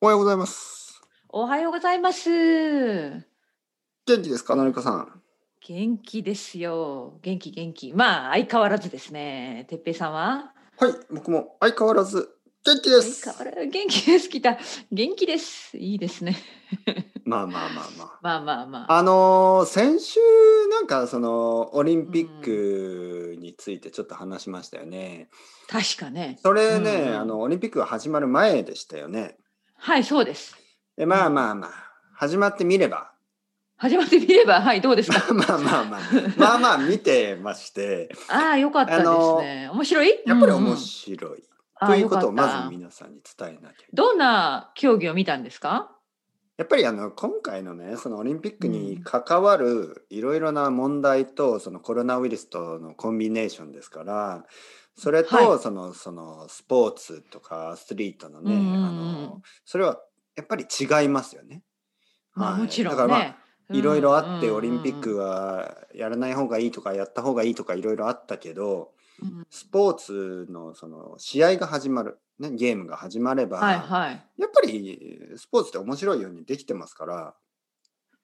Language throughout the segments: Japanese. おはようございます。おはようございます。元気ですか、なるかさん。元気ですよ。元気元気。まあ相変わらずですね。てっぺいさんははい、僕も相変わらず元気で相す。変わらず元気です。きた。元気です。いいですね。まあまあまあままあまあまあ。あ。あのー先週なんかそのオリンピックについてちょっと話しましたよね。確かね。それね、うんあのオリンピックが始まる前でしたよね。はい、そうです。でまあまあまあ始まってみれば。 始まってみれば、はい、どうですか。まあまあまあまあまあ見てましてああ、よかったですね。面白い。やっぱりうんうん面白い、ああということをよかったまず皆さんに伝えなきゃいけないどんな競技を見たんですか。やっぱりあの今回のねそのオリンピックに関わるいろいろな問題と、そのコロナウイルスとのコンビネーションですからそれと、はいそのそのスポーツとかアスリートのね、うんうんうんあのそれはやっぱり違いますよね。まあ、はいもちろんだね。からまあいろいろあってうんオリンピック。はやらない方がいいとかやった方がいいとかいろいろあったけどうんうんスポーツのその試合が始まる、ね、ゲームが始まれば、はい、はい。やっぱりスポーツって面白いようにできてますから。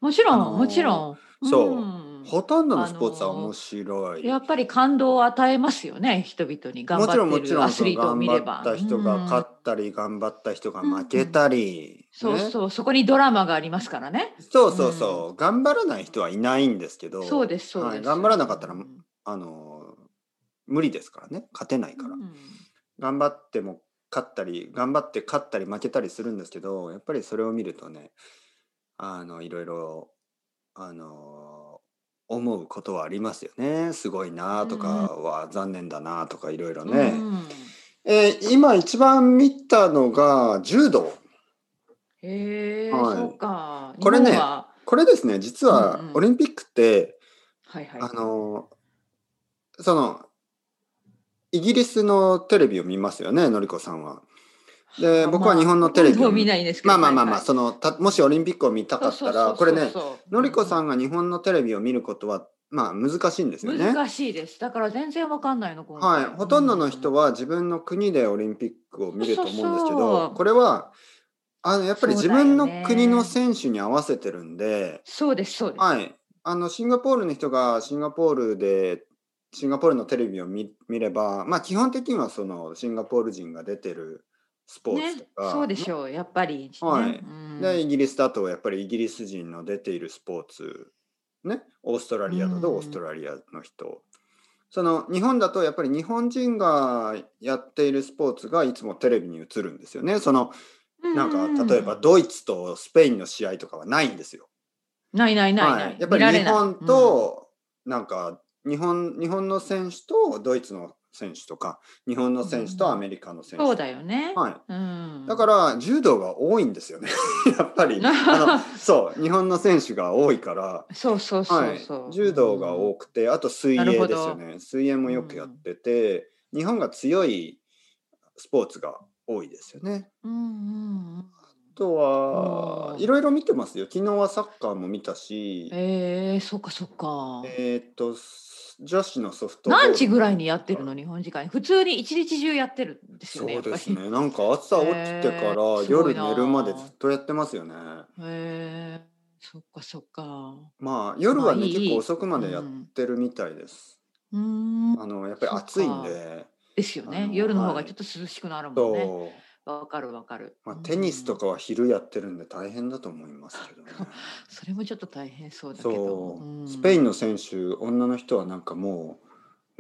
もちろあん、のーもちろん。そううんほとんどのスポーツは面白い。やっぱり感動を与えますよね、人々に頑もちろん張もってちるろアんそスのリートを見れ頑張ば。った人が勝ったり、頑張った人が負けたり、うんそうねそう、そこにドラマがありますからね。そうそうそう頑張らない人はいないんですけどそうです、そうです。はい頑張らなかったらうんあの無理ですからね勝てないから、うん頑張っても勝ったり頑張って勝ったり負けたりするんですけどやっぱりそれを見るとねあのいろいろあの思うことはありますよねすごいなとかは、残念だなとかいろいろね。うんえー今一番見たのが柔道へえ、はいそうか。これね日本はこれですね実はうんうんオリンピックって、はいはい。あのーそのイギリスのテレビを見ますよねのりこさんは。でまあ僕は日本のテレビほとんをど見見ないですけど。まあまあまあまあはいはいそのたもしオリンピックを見たかったらこれね、のりこさんんが日本のテレビを見ることはまあ難しいんですよね。難しいです。だから全然わかんないの、今は回い、ほとんどの人、は自分の国でオリンピックを見ると思うんですけどそうそうそうこれはあのやっぱり自分のそうだよね国の選手に合わせてるんで、そうです、そうです。はい、あのシンガポールの人がシンガポールでシンガポールのテレビを見見れば、まあ、基本的にはそのシンガポール人が出てるスポーツとか、ね、そうでしょう、やっぱり、ね。はいうんでイギリスだとやっぱりイギリス人の出ているスポーツ、ね、オーストラリアだとうんオーストラリアの人、その日本だとやっぱり日本人がやっているスポーツがいつもテレビに映るんですよねそのなんか例えばうんドイツとスペインの試合とかはないんですよ。ないないないはない、い、やっぱり見られ日ない本、となんか日本日本の選手とドイツの選手とか日本の選手とアメリカのうん選手、そうだよね、はい、うん、だから柔道が多いんですよね やっぱ りあのそう日本の選手が多いから、そうそうそはういそう、、柔道が多くくてあと水泳なるほですどよね水泳もよくやってて、日本が強いスポーツが多いですよね。うんうんうんあとはうんいろいろ見てますよ昨日はサッカーも見たし、ええー、そっかそっか、ーっと女子のソフトボール何時ぐらいにやってるの日本時間に普通に一日中やってるんでそすよねうですやっぱねなんか朝起きてからえーすご夜いな寝るまでずっとやってますよね。りへえー、そっかそっかまあ夜はね、まあいい結構遅くまでやっうんてるみたいです。うーんあのやっぱり暑いんで、ですよあねの夜の方はがいちょっと涼しくなるもんねそう、わ、かるわかる、まあ、テニスとかかは昼やってるんで大変だと思いますけど、ね。それもちょっと大変そうだけどそ。うんう、スペインの選手、女の人はなんかもう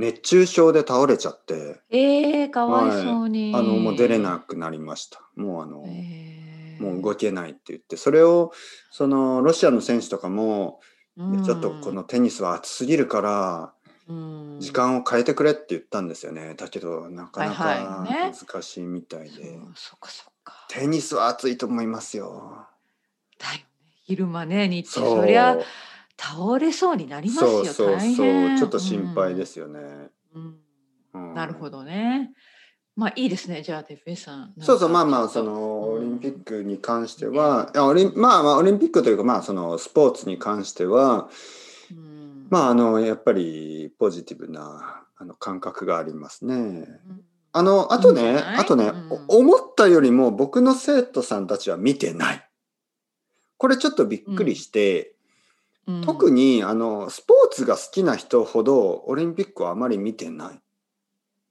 熱中症で倒れちゃって、ええかわいそうに。あのもう出れなくなりました。もうあの、ええもう動けないって言って、それをそのロシアの選手とかも、いやちょっとこのテニスは暑すぎるから。うん時間を変えてくれって言ったんですよね。だけどなかなはいはかいね難しいみたいで、そうそっかそっか。テニスは熱いと思いますよ。だよね。昼間ね日中そう、そりゃ倒れそうになりますよ。そうそう大そう、変ちょっと心配で。すよね。うんうんなるほ。どね。まあいいですね。じゃあてっぺいさん。なんかそうそうまあまあちょそっとのうんオリンピックに関しては、いやオリンまあまあオリンピックというかまあそのスポーツに関してはうんまああのやっぱりポジティブなあの感覚がありますね。うんあの、あといいんね、じゃないあとね、うんお思ったよりも僕の生徒さんたちは見てない。これちょっとびっくりして、うん特にあの、スポーツが好きな人ほどオリンピックはあまり見てない。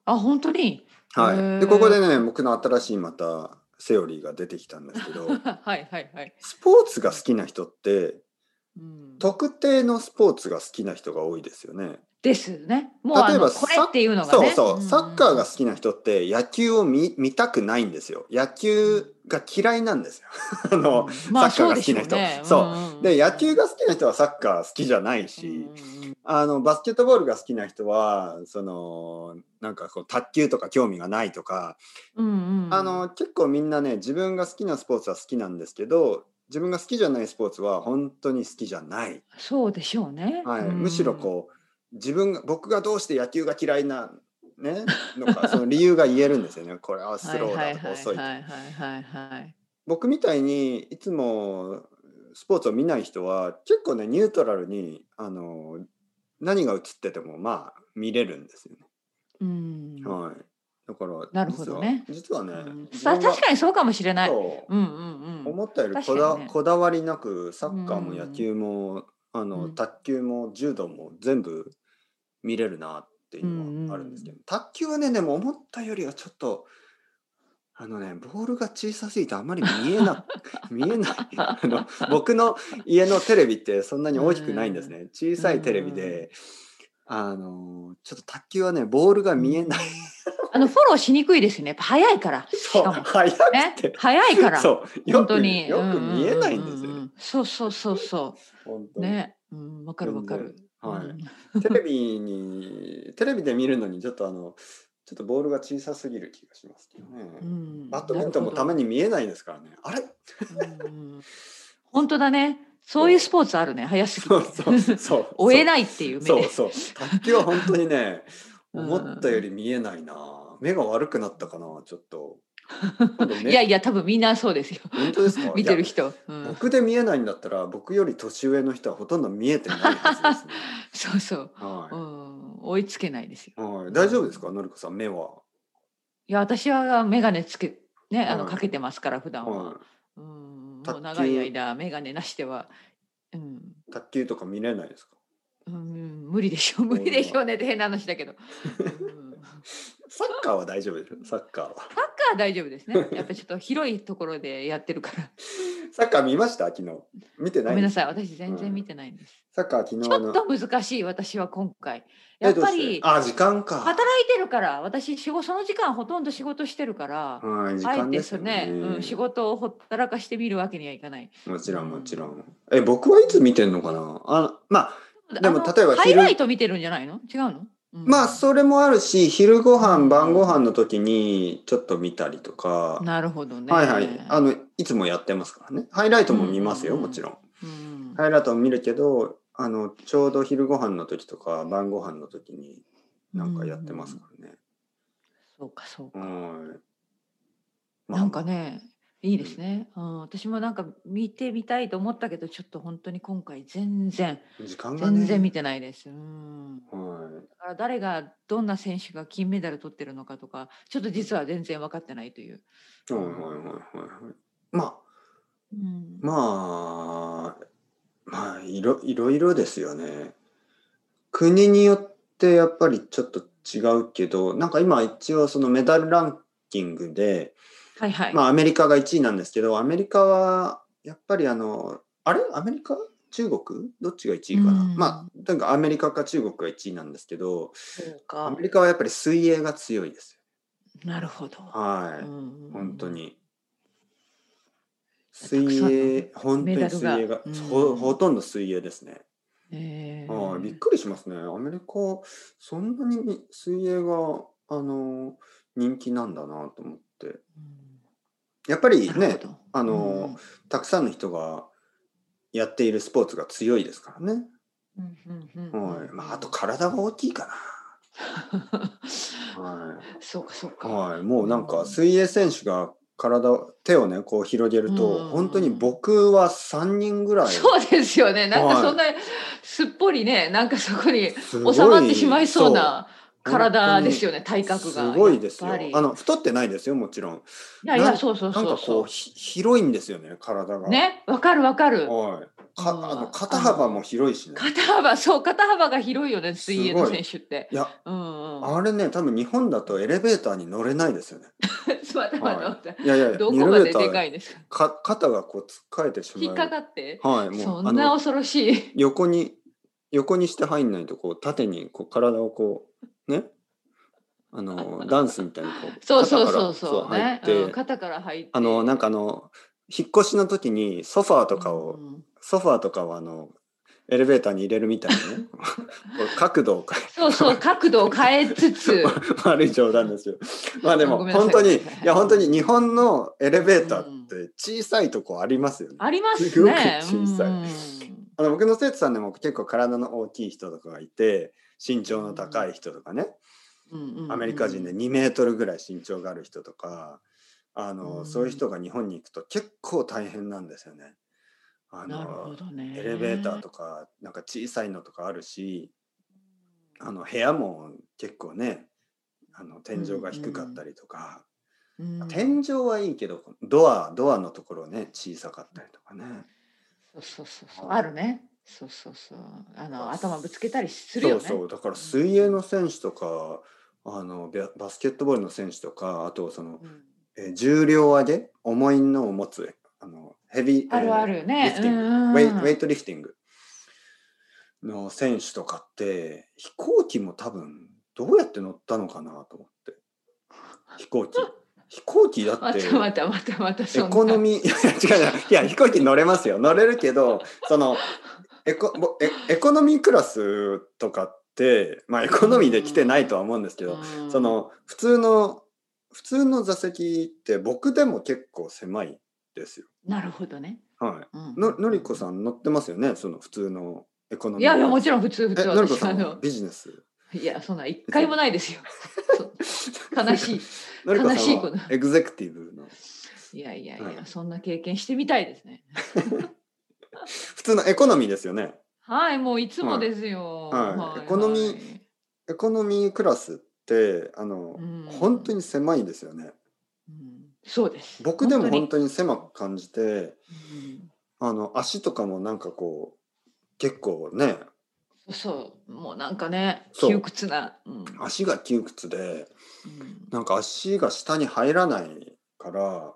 あ本当に へはーい。で、ここでね、僕の新しいまたセオリーが出てきたんですけ ど、はいはいはい、スポーツが好きな人って、うん、特定のスポーツが好きな人が多いですよね。ですねもうあ例えのばこれサッっていうのがそうねそう、サッカーが好好きな人って野球を見見たくないんですよ。野球が嫌いなんですよ。 あの、まあ、サッカーそうがで好しきょなう人ねそうんんんで野球が好きな人はサッカー好きじゃないし、うんうんあのバスケットボールが好きな人はそのなんかこう卓球とか興味がないとか、うんうんあの結構みんなね自分が好きなスポーツは好きなんですけど自分が好きじゃないスポーツは本当に好きじゃないそうでしょうね、はい、うんむしろこう自分が僕がどうして野球が嫌いな、ね、のかその理由が言えるんですよねこれはスローだとか遅いとはかいはいはいはいはい僕みたいにいつもスポーツを見ない人は結構ねニュートラルにあの何が映っててもまあ見れるんですよね。うんはい、だからなるほどね実は実うはね、ん自さ分が確かにそうかもしれないそううんうんうん思ったよりこだ,、確かにねこだわりなくサッカーもうん野球もあの、うん卓球も柔道も全部見れるなっていうのはあるんですけど、卓球はねでも思ったよりはちょっとあのねボールが小さすぎてあんまり見えな 見えないあの僕の家のテレビってそんなに大きくないんですね小さいテレビで、あのちょっと卓球はねボールが見えない、うんあのフォローしにくいですよねやっぱ早い からそうかも早くねて、早いからそうよ本く当によく見えないんですよね、ううううそうそうそうそ本当うにねうんわかるわかるはいうんテレビに、テレビで見るのに、ちょっとあの、ちょっとボールが小さすぎる気がしますけどね。うんバドミントンもたまに見えないですからね。あれ なるほどうんうん本当だねそういうスポーツあるね早すぎそうそうてそう。 追えないっていう目そうでそう。卓球は本当にね、 うん思ったより見えないな。目が悪くなったかな、ちょっ と。今度ねいやいや多分みんなそうですよ本当ですか見てるい人、うやん、僕で見えないんだったら、僕より年上の人はほとんど見えてないは ずですね。そうそう、うはん、追いつけないですよい。はい、大丈夫ですか、のりこさん、目は。いや私は眼鏡つけねあのはいかけてますから普段は、はうん卓球もう長い間眼鏡なしでは、うんい。卓球とか見れないですか。うん、無理でしょう無理でしょうねって変な話だけ ど、うん、サッカーは大丈夫です。サッカーは。サッカー大丈夫ですねやっぱちょっと広いところでやって るからサッカー見ました昨日。見てごないめんなですさい私全然見てないんです、サッカー昨日ちょのっ。と難しい私は今回えやっぱどうしてりあ、時間か。働いてるから私仕事その時間ほとんど仕事してるから、はい、時あえ間てですそようねね。うん、仕事をほったらかしてみるわけにはいかない。もちろんもちろん。え、僕はいつ見てんのかなあまあ、でもあの例えば昼ハイライト見てるんじゃないの違うの、うんまあ、それもあるし、昼ご飯、晩ご飯の時にちょっと見たりとか。なるほどね。はいはい。あの、いつもやってますからね。ハイライトも見ますよ、うんもちろん。うんハイライトも見るけど、あの、ちょうど昼ご飯の時とか、晩ご飯の時になんかやってますからね。そうかそうか。はい。まあなんかね、いいですね、うん。私もなんか見てみたいと思ったけど、ちょっと本当に今回全然、時間がね全然見てないです。うん。はいだから誰が、どんな選手が金メダル取ってるのかとか、ちょっと実は全然分かってないという。はいはいはいはいはいまあうん、まあまあいろいろいろですよね国によってやっぱりちょっと違うけどなんか今一応そのメダルランキングで、はいはい。まあアメリカが1位なんですけどアメリカはやっぱりあのあれアメリカ中国どっちが1位かな、うんまあなんかアメリカか中国が1位なんですけどそうアかメ。リカはやっぱり水泳が強いですなるほど。はい、うん本当。に。たくさん水泳、本当メダにル水が泳が、うんほほとんど水泳ですね。えーはい、びっくりしますね。アメリカ、そんなに水泳が、あの、人気なんだなと思って。やっぱりうんなるねほ、どあの、たくさんの人がやっているスポーツが強いですからね。うんうんうんうんうんはい。まあ、あと体が大きいか な。はい。そうかそうか、はい、もうなんか水泳選手が体を手をねこう広げると、うん本当に僕は3人ぐらいそうですよねなんはかいそんなすっぽりねなんかそこにすごい収まってしまいそうな体ですよね体格がすごいですよやっぱりあの太ってないですよもちろんいやいなやんそうそうなそんかうこそうひ広いんですよね体がうねわかるわかるはいかうんあの肩幅も広いしね肩幅そう肩幅が広いよね水泳の選手っていやうんうんあれね多分日本だとエレベーターに乗れないですよね、ちょっと待って待って待ってい、いやいや どエレこまベでーターでかいんですかか肩がこうつっかえてしまう引っかかってはいもそうあんなの恐ろしい横に横にして入んないとこう縦にこう体をこうねあのダンスみたいにこう そうそ肩うかそらうそう入ねって、うん肩から入ってあのなんかあの引っ越しの時にソファーとかを、うんソファーとかをあのエレベーターに入れるみたいな ねこう角度を変えそうそう角度を変えつ つ悪い冗談です よ。まあでもごめんなさ本い当にいごめんなさいや本当に日本のエレベーターって小さいとこありますよね。ありますすごくね小さいうんあの僕の生徒さんでも結構体の大きい人とかがいて身長の高い人とかね、うんうんアメリカ人で2メートルぐらい身長がある人とかあの、うんそういう人が日本に行くと結構大変なんですよね。あなるほのどねエレベーターとかなんか小さいのとかあるしあの部屋も結構ねあの天井が低かったりとか、うん天井はいいけどドアドアのところね小さかったりとかね。そうそうそうそうあるねそうそうそうあの頭ぶつけたりするよねそうそうだから水泳の選手とかあのババスケットボールの選手とかあとその、うんえー重量上げ重いのを持つあのヘビーあるあるえーリねフティングうんうんウェイウェイトリフティングの選手とかって飛行機も多分どうやって乗ったのかなと思って飛行機飛行機 だっまてたまたまたまたエそんなコノミー、いや違う違う、いや飛行機乗れますよ、乗れるけど、そのエコぼエエコノミークラスとかって、まあエコノミーで来てないとは思うんですけど、うんその普通の普通の座席って僕でも結構狭いですよ。なるほどね、はうんい。ののりこさん乗ってますよね、その普通のエコノミー。いやいやもちろん普通普え通のりこ私さあんはのビジネス。いやそんな一回もないですよそう悲しい のりこ悲しいさこんとはエグゼクティブのいやいやいや、はいそんな経験してみたいですね。普通のエコノミーですよね。はい、もういつもですよ。はいエコノミーエコノミークラスってあの、うん本当に狭いですよね。うんそうです。僕でも本本当に狭く感じて当にあの足とかもなんかこう結構ねうんそう、もうなんかね、そう窮屈な。うん足が窮屈でうんなんか足が下に入らない から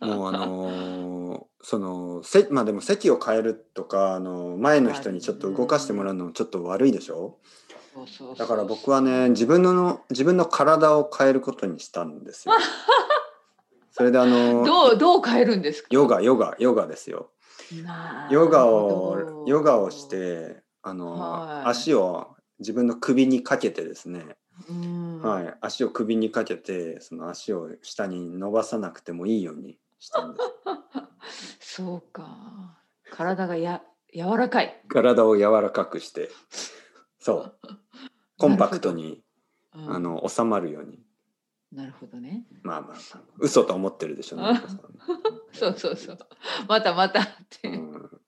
もうあのーそのせまあでも席を変えるとかあの前の人にちょっと動かしてもらうのもちょっと悪いでしょそうそうそうだから僕はね自分の自分の体を変えることにしたんです よ。それであのどう、どう変えるんですか。ヨガヨガヨガですよ。なるヨほどガをヨガをし。てあの、はい足を自分の首にかけてですね、うんはい、足を首にかけてその足を下に伸ばさなくてもいいようにしたんです そうか。体がや、柔らかい。体を柔らかくして そうコンパクトにうんあ。の収まるようになるほどね。まあまあまあ嘘と思ってるでしょあね、そうそうそう。またまたって。うん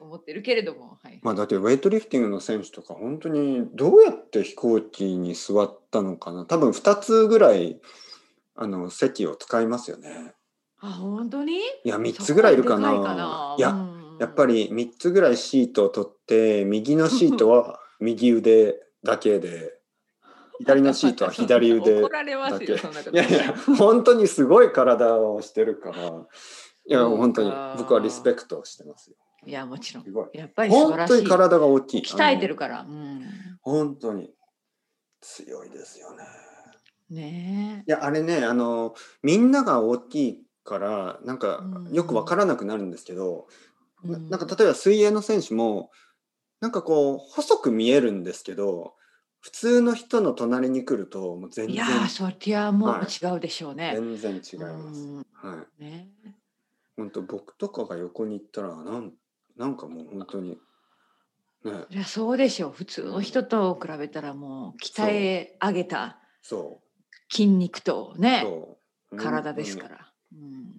思ってるけれども、はい。まあ、だってウェイトリフティングの選手とか本当にどうやって飛行機に座ったのかな多分2つぐらいあの席を使いますよねあ、本当に。いや3そこつぐらいいるかなでかないや、やっぱり。り3つぐらいシートを取って右のシート は右腕だけで左のシートは左腕 怒られまだすけよ。そんなこといやいや本当にすごい体をしてるからいやそうか本当に僕はリスペクトしてますよいや、もちろんす。ごいやっぱり素晴本らし当にい。体が大きい鍛えてるから。うん。本当に強いですよね。ねいやあれねあのみんなが大きいからなんかうんよく分からなくなるんですけど、え。なうなんか例えば水泳の選手もなんかこう細く見えるんですけど普通の人の隣に来るともう全い然やー、そりゃもうはい違うでしょうね。全然違います。うんはい、ね。本当僕とかが横に行ったらなんなんかもう本当にねそりゃそうでしょう。普通の人と比べたらもう鍛え上げたそ筋肉とうね、そう。体ですからら。うん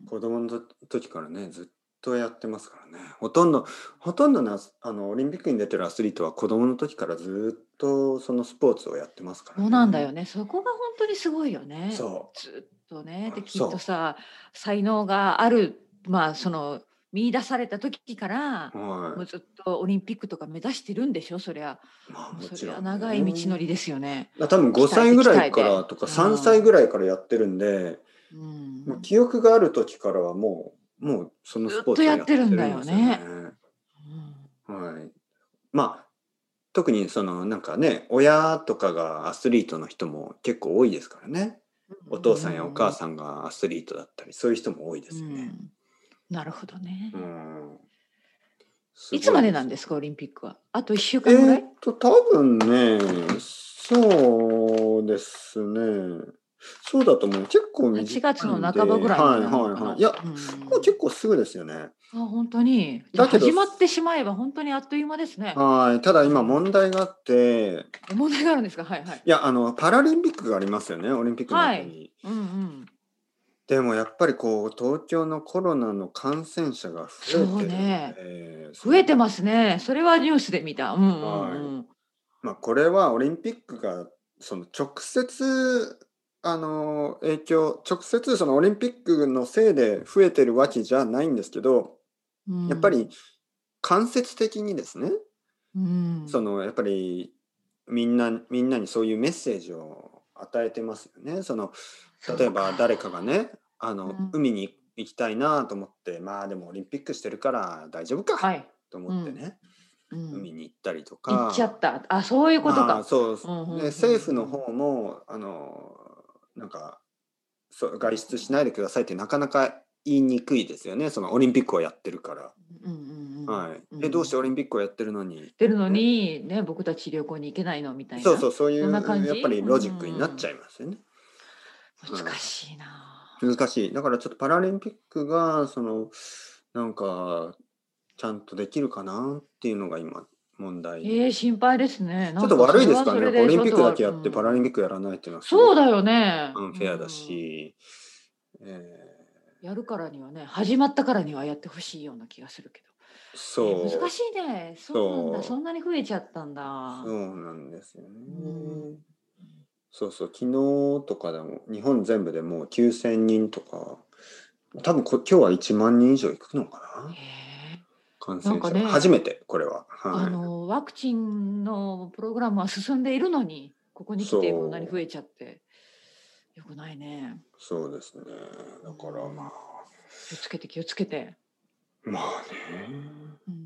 子供の時からねずっとやってますからねほとんどほとんどのアスあのオリンピックに出てるアスリートは子供の時からずっとそのスポーツをやってますから、そうなんだよね。そこが本当にすごいよね。そずっとね。で、きっそうとさ、才能がある、まあ、その、見出された時からう、、もはうずっとオリンピックとか目指してるんでしょ、そりゃ。いまあもそちりろゃん長い道のりですよね。あ多分5歳ぐらいか鍛えらてとかうん3歳ぐらいからやってるんで、うん。もう記憶がある時からはもうもうそのスポーツをですずっとやってるうんはい、まあ特にそのなんかね親とかがアスリートの人も結構多いですからねお父さんやお母さんがアスリートだったりそういう人も多いですようね。んなるほどね。うんいつまでなんですすか、オリンピックは。あと1週ご間いぐらえーい、っと多分ねそうですねそうだと思う結構短いんで ?8 月の半ばぐらいはいになるのはいかなはいいや、うんもう結構すぐですよね。あ本当に。じゃあだけど始まってしまえば本当にあっという間ですね。はいただ今問題があって問題があるんですかはいはい。いやあのパラリンピックがありますよねオリンピックの後に、はうんうん。でもやっぱりこう東京のコロナの感染者が増えてるんで、増えてますすね。それはニュースで見た。うんうんうん。まあ、これはオリンピックがその直接あの影響直接そのオリンピックのせいで増えてるわけじゃないんですけどうんやっぱり、間接的にですね、うん、そのやっぱりみんなみんなにそういうメッセージを与えてますよね。その例えば誰かがねあの、うん海に行きたいなと思ってまあでもオリンピックしてるから大丈夫か、はい、と思ってね、うん海に行ったりとか行っちゃった。あそういうことまあか。そう、うんうんうんうんで政府の方もあのなんかそう外出しないでくださいってなかなか言いにくいですよねそのオリンピックをやってるから。うんうんうん。はいうんえどうしてオリンピックをやってるのに出るのにね僕たち旅行に行けないのみたいな。そうそうそういうそんな感じやっぱりロジックになっちゃいますよね。難しいな。難しいだからちょっとパラリンピックがそのなんかちゃんとできるかなっていうのが今問題、えー、心配ですね。ちょっと悪いですかららねオリンピックだけやってパラリンピピッックやらないっていうのはクすごいそうだよね。アンフェアだし、えうん。やるからにはね始まったからにはやってほしいような気がするけど。ーそう難しいね。そうなんだ。そうそんなに増えちゃったんだ。そうなんですよね、うんそうそう昨日とかでも日本全部でもう9,000人とか多分こ今日は1万人以上いくのかへなえ感染なん者、かね初めてこれは、はい、あのワクチンのプログラムは進んでいるのにここに来てそうこんなに増えちゃってよくないね。そうですねだからまあ気をつけて気をつけて。まあねうん